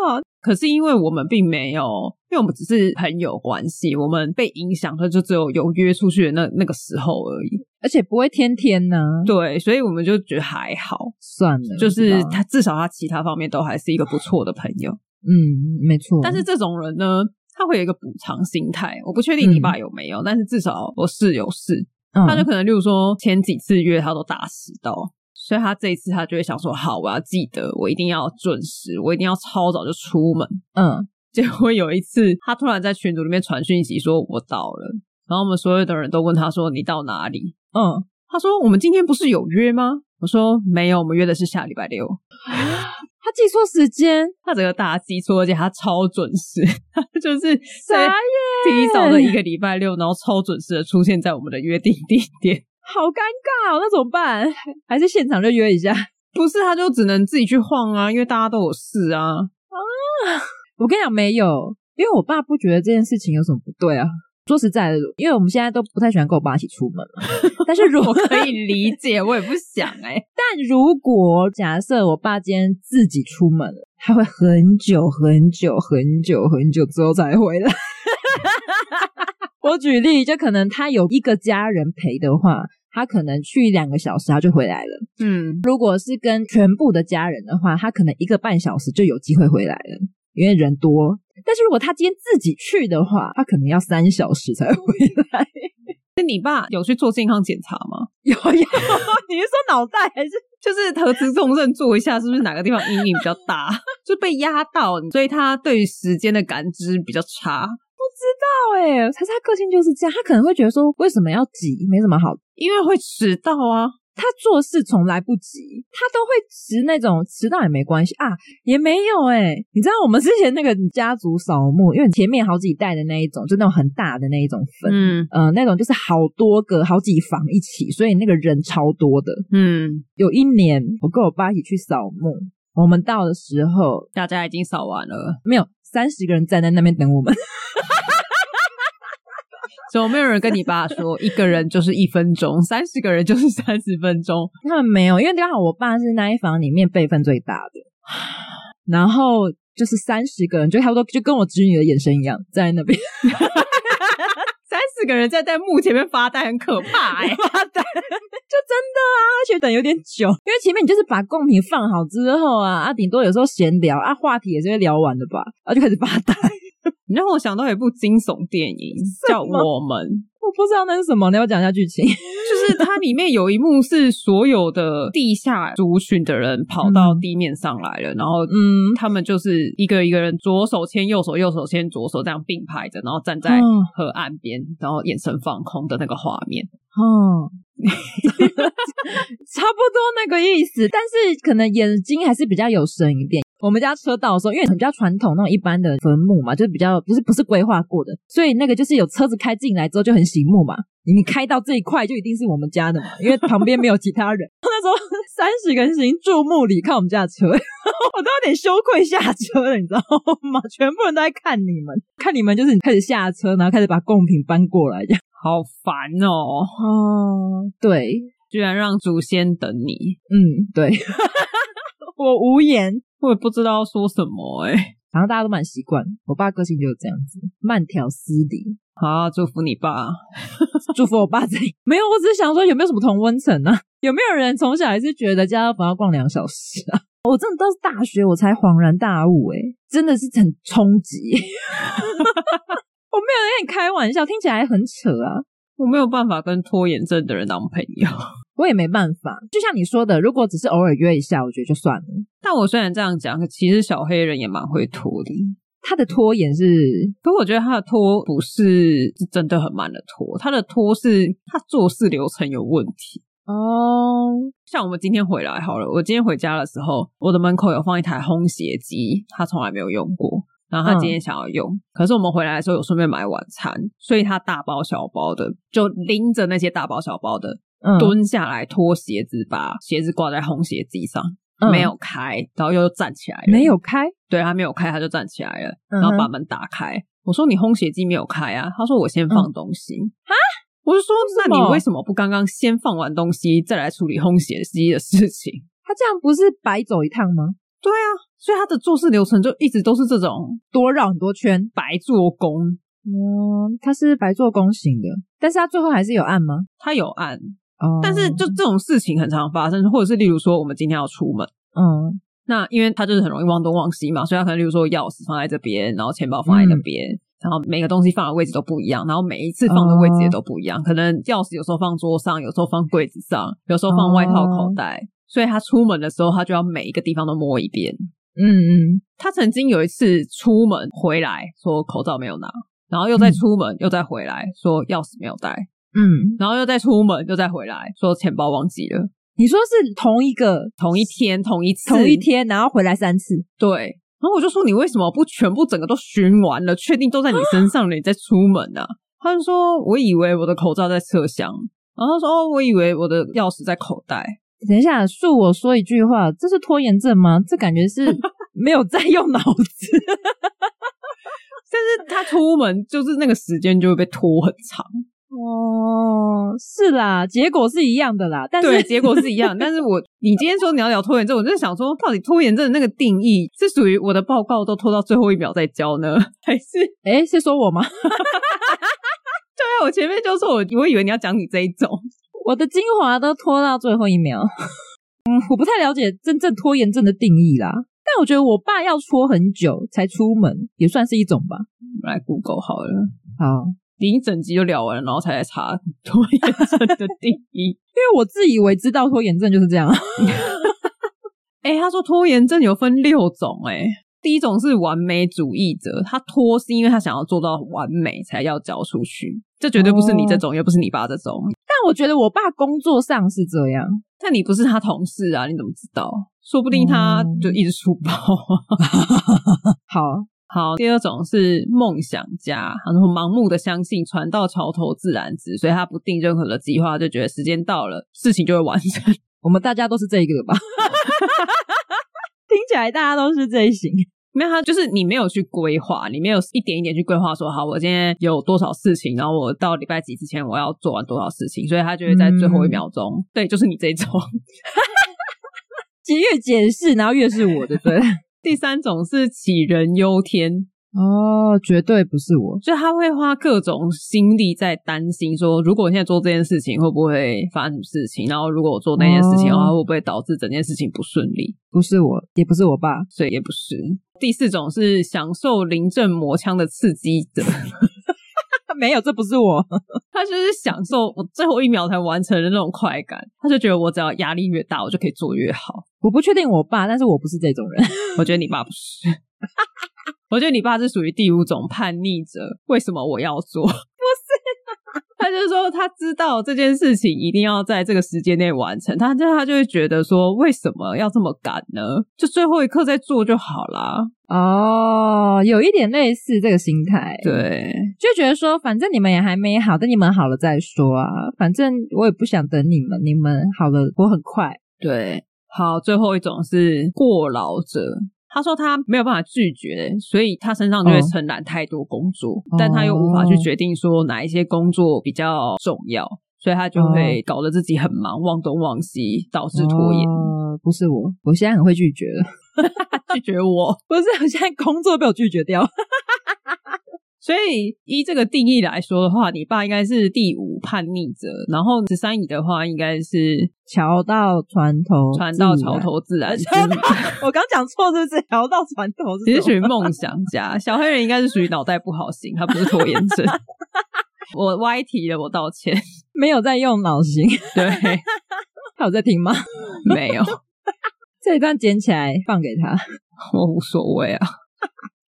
Speaker 2: 哦，
Speaker 1: 可是因为我们并没有，因为我们只是朋友关系，我们被影响的就只有有约出去的那那个时候而已。
Speaker 2: 而且不会天天呢、
Speaker 1: 对，所以我们就觉得还好，
Speaker 2: 算了，
Speaker 1: 就是
Speaker 2: 嗯知道
Speaker 1: 他至少他其他方面都还是一个不错的朋友。
Speaker 2: 嗯，没错。
Speaker 1: 但是这种人呢，他会有一个补偿心态。我不确定你
Speaker 2: 嗯
Speaker 1: 爸有没有，但是至少我室友是，
Speaker 2: 嗯
Speaker 1: 他就可能，例如说前几次约他都打迟到，所以他这一次他就会想说，好，我要记得，我一定要准时，我一定要超早就出门。
Speaker 2: 嗯，
Speaker 1: 结果有一次，他突然在群组里面传讯息说我到了，然后我们所有的人都问他说你到哪里？
Speaker 2: 嗯，
Speaker 1: 他说我们今天不是有约吗？我说没有，我们约的是下礼拜六。
Speaker 2: (gasps) 他记错时间，
Speaker 1: 他整个大记错，而且他超准时，他就是
Speaker 2: 傻
Speaker 1: 在
Speaker 2: 眼
Speaker 1: 提早的一个礼拜六，然后超准时的出现在我们的约定地点。
Speaker 2: 好尴尬、哦，那怎么办？还是现场就约一下？
Speaker 1: 不是，他就只能自己去晃啊，因为大家都有事啊。
Speaker 2: 我跟你讲，没有，因为我爸不觉得这件事情有什么不对啊。说实在的，因为我们现在都不太喜欢跟我爸一起出门嘛。但是
Speaker 1: (laughs)
Speaker 2: 如
Speaker 1: 我
Speaker 2: 果，
Speaker 1: 可以理解，我也不想哎、
Speaker 2: 但如果假设我爸今天自己出门了，他会很久很久很久很久之后才回来。 (laughs) 我举例，就可能他有一个家人陪的话，他可能去两个小时他就回来了。
Speaker 1: (laughs) 嗯，
Speaker 2: 如果是跟全部的家人的话，他可能一个半小时就有机会回来了，因为人多。但是如果他今天自己去的话，他可能要三小时才回来。 (laughs)
Speaker 1: 那你爸有去做健康检查吗？
Speaker 2: 有 (laughs) 呀，你是说脑袋还是？
Speaker 1: 就是核磁共振做一下，是不是哪个地方阴影比较大， (laughs) 就被压到，所以他对于时间的感知比较差。
Speaker 2: 不知道哎、欸，他他个性就是这样，他可能会觉得说为什么要急，没什么好，
Speaker 1: 因为会迟到啊。
Speaker 2: 他做事从来不急，他都会迟那种迟到也没关系啊，也没有哎、欸。你知道我们之前那个家族扫墓，因为前面好几代的那一种，就那种很大的那一种坟，
Speaker 1: 嗯
Speaker 2: 呃，那种就是好多个好几房一起，所以那个人超多的。
Speaker 1: 嗯，
Speaker 2: 有一年，我跟我爸一起去扫墓，我们到的时候
Speaker 1: 大家已经扫完了，
Speaker 2: 没有三十个人站在那边等我们， (laughs)
Speaker 1: 所以没有人跟你爸说一个人就是一分钟， (laughs) 三十个人就是三十分钟。
Speaker 2: 他们没有，因为刚好我爸是那一房里面辈分最大的，然后就是三十个人，就差不多就跟我侄女的眼神一样，站在那边 (laughs)
Speaker 1: 三十个人站在幕前面发呆，很可怕哎、
Speaker 2: 发呆，就真的啊，而且等有点久，因为前面你就是把贡品放好之后啊，啊，顶多有时候闲聊啊，话题也是会聊完的吧，然后就开始发呆。
Speaker 1: 你让我想到有一部惊悚电影叫《我们》，
Speaker 2: 我不知道那是什么，你要不要讲一下剧情？ (laughs)
Speaker 1: 就是它里面有一幕是所有的地下族群的人跑到地面上来了，然后
Speaker 2: 嗯，
Speaker 1: 他们就是一个一个人左手牵右手，右手牵左手，这样并排着，然后站在
Speaker 2: 哦
Speaker 1: 河岸边，然后眼神放空的那个画面。
Speaker 2: 哦，差不多那个意思，但是可能眼睛还是比较有神一点。我们家车道的时候，因为比较传统那种一般的坟墓嘛，就是比较不是不是规划过的，所以那个就是有车子开进来之后就很醒目嘛。你开到这一块就一定是我们家的嘛，因为旁边没有其他人。那时候三十个人行注目礼看我们家的车，我 (laughs) 都有点羞愧下车了，你知道吗？全部人都在看你们，看你们就是开始下车，然后开始把贡品搬过来这样。
Speaker 1: 好烦哦！
Speaker 2: 哦，对，
Speaker 1: 居然让祖先等你，
Speaker 2: 嗯，对， (laughs) 我无言。
Speaker 1: 我也不知道说什么哎、
Speaker 2: 然后大家都蛮习惯，我爸个性就是这样子，慢条斯理。
Speaker 1: 好，祝福你爸。
Speaker 2: 祝福我爸这里 (laughs) 没有，我只是想说有没有什么同温层啊？有没有人从小还是觉得家乐福要逛两小时啊？ (laughs) 我真的到大学我才恍然大悟、欸，真的是很冲击。 (laughs) 我没有在跟你开玩笑，听起来很扯啊。
Speaker 1: 我没有办法跟拖延症的人当朋友， (laughs)
Speaker 2: 我也没办法，就像你说的，如果只是偶尔约一下，我觉得就算了。
Speaker 1: 但我虽然这样讲，其实小黑人也蛮会拖的。
Speaker 2: 他的拖延是
Speaker 1: 可我觉得他的拖不是是真的很慢的拖，他的拖是他做事流程有问题。
Speaker 2: 哦，
Speaker 1: 像我们今天回来好了，我今天回家的时候，我的门口有放一台烘鞋机，他从来没有用过。然后他今天想要用，可是我们回来的时候有顺便买晚餐，所以他大包小包的就拎着那些大包小包的、
Speaker 2: 嗯
Speaker 1: 蹲下来脱鞋子，把鞋子挂在烘鞋机上，
Speaker 2: 嗯
Speaker 1: 没有开，然后又站起来了，
Speaker 2: 没有开，
Speaker 1: 对他没有开，他就站起来了，
Speaker 2: 嗯哼
Speaker 1: 然后把门打开。我说你烘鞋机没有开啊？他说我先放东西啊。我就说
Speaker 2: 嗯
Speaker 1: 那
Speaker 2: 什么
Speaker 1: 你为什么不刚刚先放完东西再来处理烘鞋机的事情？ (laughs)
Speaker 2: 他这样不是白走一趟吗？
Speaker 1: 对啊，所以他的做事流程就一直都是这种
Speaker 2: 多绕很多圈。
Speaker 1: 白做工。
Speaker 2: 嗯，他是白做工型的，但是他最后还是有按吗？
Speaker 1: 他有按，
Speaker 2: 哦
Speaker 1: 但是就这种事情很常发生，或者是例如说我们今天要出门。
Speaker 2: 嗯
Speaker 1: 那因为他就是很容易忘东忘西嘛，所以他可能例如说钥匙放在这边，然后钱包放在
Speaker 2: 嗯
Speaker 1: 那边，然后每个东西放的位置都不一样，然后每一次放的位
Speaker 2: 哦
Speaker 1: 置也都不一样，可能钥匙有时候放桌上，有时候放柜子上，有时候放外套
Speaker 2: 哦
Speaker 1: 口袋，所以他出门的时候他就要每一个地方都摸一遍。
Speaker 2: 嗯嗯，
Speaker 1: 他曾经有一次出门回来说口罩没有拿，然后又再出门、又再回来说钥匙没有带，
Speaker 2: 嗯，
Speaker 1: 然后又再出门又再回来说钱包忘记了，
Speaker 2: 你说是同一个
Speaker 1: 同一天同一次
Speaker 2: 同一天，然后回来三次，
Speaker 1: 对。然后我就说你为什么不全部整个都巡完了，确定都在你
Speaker 2: (gasps)
Speaker 1: 身上了，你再出门啊？他就说我以为我的口罩在车厢，然后他说哦，我以为我的钥匙在口袋。
Speaker 2: 等一下，恕我说一句话，这是拖延症吗？这感觉 (laughs) 是没有在用脑子。
Speaker 1: 但是他出门就是那个时间就会被拖很长，
Speaker 2: 哦，是啦，结果是一样的啦，但是
Speaker 1: 对，结
Speaker 2: (laughs)
Speaker 1: 果是一样。但是我你今天说你要聊拖延症，我就想说，到底拖延症的那个定义是属于我的报告都拖到最后一秒再交呢， (laughs) 还是
Speaker 2: 哎，是说我吗？
Speaker 1: 对啊，我前面就说我我以为你要讲你这一种，
Speaker 2: 我的精华都拖到最后一秒。 (laughs) 嗯，我不太了解真正拖延症的定义啦，但我觉得我爸要拖很久才出门，也算是一种吧。
Speaker 1: 我们来 Google 好了，
Speaker 2: 好，
Speaker 1: 你一整集就聊完了，然后才来查拖延症的定义。 (laughs)
Speaker 2: 因为我自以为知道拖延症就是这样。
Speaker 1: 哎、他说拖延症有分六种、欸，哎，第一种是完美主义者，他拖是因为他想要做到完美才要交出去，这绝对不是你这种，又不是你爸这种。
Speaker 2: 哦但我觉得我爸工作上是这样，
Speaker 1: 但你不是他同事啊，你怎么知道？说不定他
Speaker 2: 嗯
Speaker 1: 就一直出包 (laughs) 啊。
Speaker 2: 好，
Speaker 1: 好，第二种是梦想家，他说盲目的相信船到桥头自然直，所以他不定任何的计划，就觉得时间到了，事情就会完成。
Speaker 2: 我们大家都是这一个吧？ (laughs) 听起来大家都是这一型。
Speaker 1: 没有，他就是你没有去规划，你没有一点一点去规划说好，我今天有多少事情，然后我到礼拜几之前我要做完多少事情，所以他就会在最后一秒钟，对，就是你这种。 (laughs)
Speaker 2: 越解释，然后越是我的，对。 (laughs)
Speaker 1: 第三种是杞人忧天，
Speaker 2: 哦，绝对不是我。
Speaker 1: 就他会花各种心力在担心说，如果我现在做这件事情会不会发生什么事情，然后如果我做那件事情的话，
Speaker 2: 哦
Speaker 1: 会不会导致整件事情不顺利？
Speaker 2: 不是我，也不是我爸。
Speaker 1: 所以也不是。第四种是享受临阵磨枪的刺激者。 (laughs)
Speaker 2: 没有，这不是我。
Speaker 1: 他就是享受我最后一秒才完成的那种快感，他就觉得我只要压力越大，我就可以做越好。
Speaker 2: 我不确定我爸，但是我不是这种人。 (laughs)
Speaker 1: 我觉得你爸不是， (laughs) 我觉得你爸是属于第五种叛逆者。为什么我要做？ (laughs) 不是、啊他就是说他知道这件事情一定要在这个时间内完成，他就他就会觉得说为什么要这么赶呢？就最后一刻再做就好啦。
Speaker 2: 哦，有一点类似这个心态，，
Speaker 1: 对，
Speaker 2: 就觉得说，反正你们也还没好，等你们好了再说啊。反正我也不想等你们，你们好了，我很快。
Speaker 1: 对，好，最后一种是过劳者。他说他没有办法拒绝，所以他身上就会
Speaker 2: 哦
Speaker 1: 承揽太多工作，但他又无法去决定说哪一些工作比较重要，所以他就会搞得自己很忙，忘东忘西，导致拖延。
Speaker 2: 哦，不是我，我现在很会拒绝了。 (laughs)
Speaker 1: 拒绝我，
Speaker 2: 不是，我现在工作被我拒绝掉。
Speaker 1: 所以依这个定义来说的话，你爸应该是第五叛逆者，然后十三姨的话应该是
Speaker 2: (laughs) 桥到船头，
Speaker 1: 船到桥。
Speaker 2: (laughs)
Speaker 1: 头自然直。
Speaker 2: 我刚讲错是不是？桥到船头
Speaker 1: 你
Speaker 2: 是
Speaker 1: 是属
Speaker 2: 什
Speaker 1: 于
Speaker 2: 么？
Speaker 1: 梦想家，小黑人应该是属于脑袋不好型，他不是拖延症。 (laughs) 我歪题了，我道歉。
Speaker 2: 没有在用脑型， (laughs)
Speaker 1: 对，
Speaker 2: 他有在听吗？ (laughs)
Speaker 1: 没有，
Speaker 2: 这一段捡起来放给他。
Speaker 1: 我无所谓啊。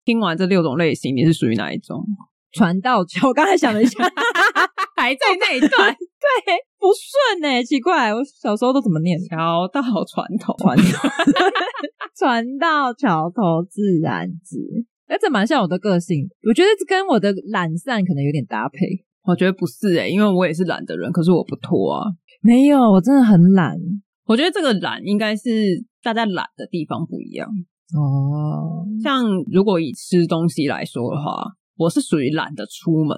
Speaker 1: 听完这六种类型，你是属于哪一种？
Speaker 2: 船到 (laughs) 桥，我刚才想了一下，
Speaker 1: (laughs) 还在那一
Speaker 2: (laughs)
Speaker 1: 段
Speaker 2: 不顺呢、奇怪，我小时候都怎么念？
Speaker 1: 桥到船
Speaker 2: (laughs)
Speaker 1: 头，
Speaker 2: 船船到桥头自然直。哎，这蛮像我的个性，我觉得这跟我的懒散可能有点搭配。
Speaker 1: 我觉得不是诶、因为我也是懒的人，可是我不拖啊。
Speaker 2: 没有，我真的很懒
Speaker 1: 我觉得这个懒应该是大家懒的地方不一样。
Speaker 2: 哦。
Speaker 1: 像如果以吃东西来说的话，我是属于懒得出门，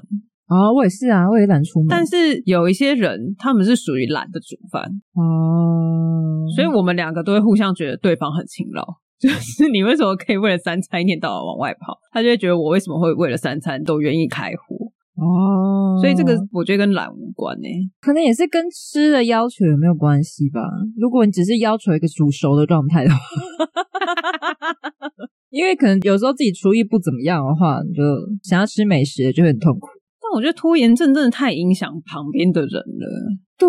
Speaker 2: 哦，我也是啊，我也懒出门。
Speaker 1: 但是有一些人他们是属于懒得煮饭。
Speaker 2: 哦，
Speaker 1: 所以我们两个都会互相觉得对方很勤劳。 (laughs) 就是你为什么可以为了三餐一天到晚往外跑，他就会觉得我为什么会为了三餐都愿意开火。
Speaker 2: 哦，
Speaker 1: 所以这个我觉得跟懒无关呢、欸
Speaker 2: 可能也是跟吃的要求有没有关系吧。如果你只是要求一个煮熟的状态的话， (laughs) 因为可能有时候自己厨艺不怎么样的话，你就想要吃美食就会很痛苦。
Speaker 1: 但我觉得拖延症真的太影响旁边的人了，
Speaker 2: 对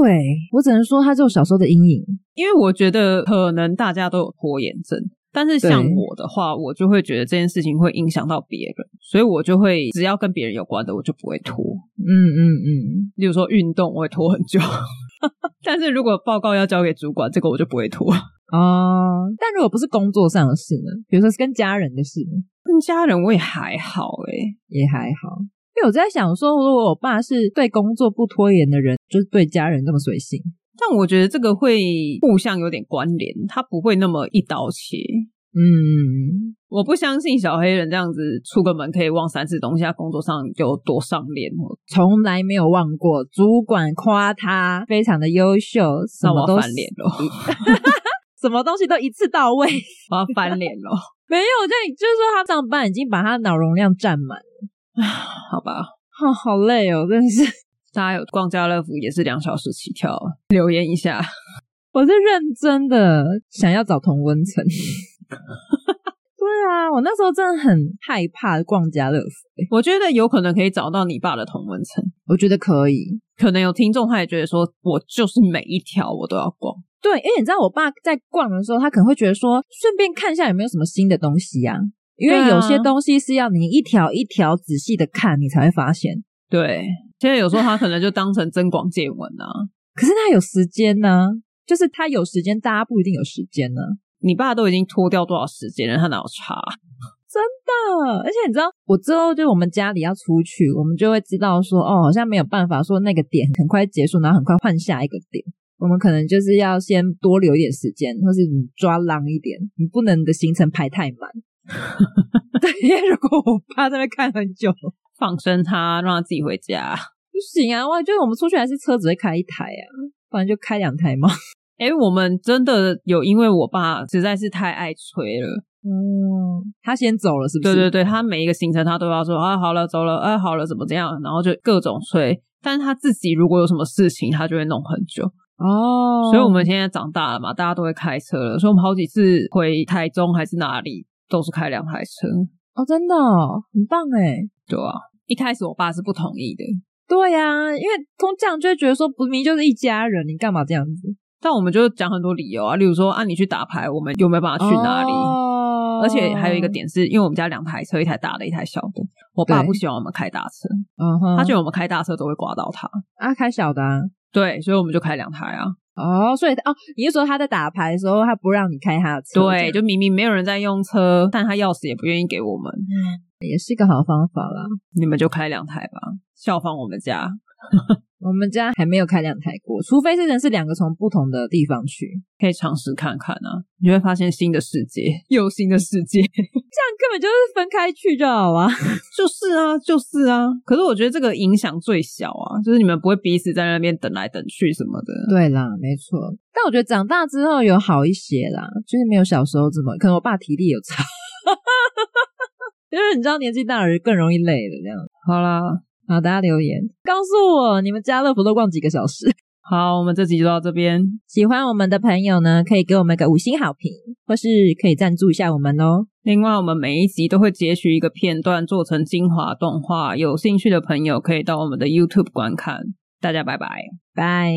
Speaker 2: 我只能说，它是我小时候的阴影。
Speaker 1: 因为我觉得可能大家都有拖延症，但是像
Speaker 2: 对
Speaker 1: 我的话，我就会觉得这件事情会影响到别人，所以我就会只要跟别人有关的，我就不会拖。
Speaker 2: 嗯嗯嗯，
Speaker 1: 例如说运动，我会拖很久， (laughs) 但是如果报告要交给主管，这个我就不会拖。
Speaker 2: 哦、但如果不是工作上的事呢？比如说是跟家人的事呢，
Speaker 1: 跟家人我也还好欸诶、
Speaker 2: 也还好。因为我在想说，如果我爸是对工作不拖延的人，就是对家人这么随性，
Speaker 1: 但我觉得这个会互相有点关联，他不会那么一刀切。
Speaker 2: 嗯，
Speaker 1: 我不相信小黑人这样子出个门可以忘三次东西，他工作上有多上脸，
Speaker 2: 从来没有忘过。主管夸他非常的优秀，什
Speaker 1: 那我
Speaker 2: 么
Speaker 1: 要
Speaker 2: 都
Speaker 1: 翻脸咯， (laughs)
Speaker 2: 什么东西都一次到位。 (laughs)
Speaker 1: 我要翻脸咯。
Speaker 2: 没有，就就是说他上班已经把他脑容量占满了，
Speaker 1: 好吧，
Speaker 2: 哦，好累哦，真是。 (laughs)
Speaker 1: 大家有逛家乐福也是两小时起跳，留言一下。
Speaker 2: 我是认真的想要找同温层。 (laughs) 对啊，我那时候真的很害怕逛家乐福、欸
Speaker 1: 我觉得有可能可以找到你爸的同温层，
Speaker 2: 我觉得可以。
Speaker 1: 可能有听众他也觉得说，我就是每一条我都要逛。
Speaker 2: 对，因为你知道，我爸在逛的时候，他可能会觉得说，顺便看一下有没有什么新的东西啊。因为
Speaker 1: 对啊
Speaker 2: 有些东西是要你一条一条仔细的看，你才会发现。
Speaker 1: 对，现在有时候他可能就当成增广见闻啊。
Speaker 2: 可是他有时间呢，就是他有时间，大家不一定有时间呢。
Speaker 1: 你爸都已经拖掉多少时间了，他哪有差？
Speaker 2: 呃，而且你知道，我之后就我们家里要出去，我们就会知道说，哦，好像没有办法说那个点很快结束，然后很快换下一个点。我们可能就是要先多留一点时间，或是你抓浪一点，你不能你的行程排太
Speaker 1: (laughs)
Speaker 2: 满。对，因为如果我爸在那边看很久，
Speaker 1: 放生他，让他自己回家。
Speaker 2: 不行啊！我觉得我们出去还是车只会开一台啊，不然就开两
Speaker 1: (laughs)
Speaker 2: 台嘛。
Speaker 1: 哎、我们真的有因为我爸实在是太爱吹了，
Speaker 2: 哦，他先走了是不
Speaker 1: 对
Speaker 2: 是？
Speaker 1: 对对，他每一个行程他都要说啊，好了，走了，啊，好了，怎么这样，然后就各种催。但是他自己如果有什么事情，他就会弄很久。
Speaker 2: 哦，
Speaker 1: 所以我们现在长大了嘛，大家都会开车了，所以我们好几次回台中还是哪里，都是开两台车。
Speaker 2: 哦真的、哦、很棒哎。
Speaker 1: 对啊，一开始我爸是不同意的，
Speaker 2: 对呀、因为通这样就会觉得说，不明明就是一家人，你干嘛这样子？
Speaker 1: 但我们就讲很多理由啊，例如说啊，你去打牌，我们有没有办啊法去哪里？
Speaker 2: 哦
Speaker 1: 而且还有一个，点是，因为我们家两台车，一台大的，一台小的。我爸
Speaker 2: 对
Speaker 1: 不喜欢我们开大车，
Speaker 2: 嗯哼，
Speaker 1: 他觉得我们开大车都会刮到他。
Speaker 2: 啊开小的啊、
Speaker 1: 对，所以我们就开两台啊。
Speaker 2: 哦，所以哦，你是说他在打牌的时候，他不让你开他的车？
Speaker 1: 对，就明明没有人在用车，但他钥匙也不愿意给我们，
Speaker 2: 这样也是一个好方法啦。
Speaker 1: 你们就开两台吧，效仿我们家。
Speaker 2: 我们家还没有开两台过，除非是人是两个从不同的地方去，
Speaker 1: 可以尝试看看啊，你会发现新的世界，又有新的世界。 (laughs)
Speaker 2: 这样根本就是分开去就好啊。
Speaker 1: 就是啊，就是啊。可是我觉得这个影响最小啊，就是你们不会彼此在那边等来等去什么的。
Speaker 2: 对啦，没错。但我觉得长大之后有好一些啦，就是没有小时候这么，可能我爸体力有差， (laughs) 就是你知道年纪大了更容易累了这样。
Speaker 1: 好啦，
Speaker 2: 好，大家留言告诉我你们家乐福都逛几个小时。 (laughs)
Speaker 1: 好，我们这集就到这边。
Speaker 2: 喜欢我们的朋友呢，可以给我们个五星好评，或是可以赞助一下我们哦。
Speaker 1: 另外，我们每一集都会截取一个片段做成精华动画，有兴趣的朋友可以到我们的 YouTube 观看。大家拜拜。
Speaker 2: 拜。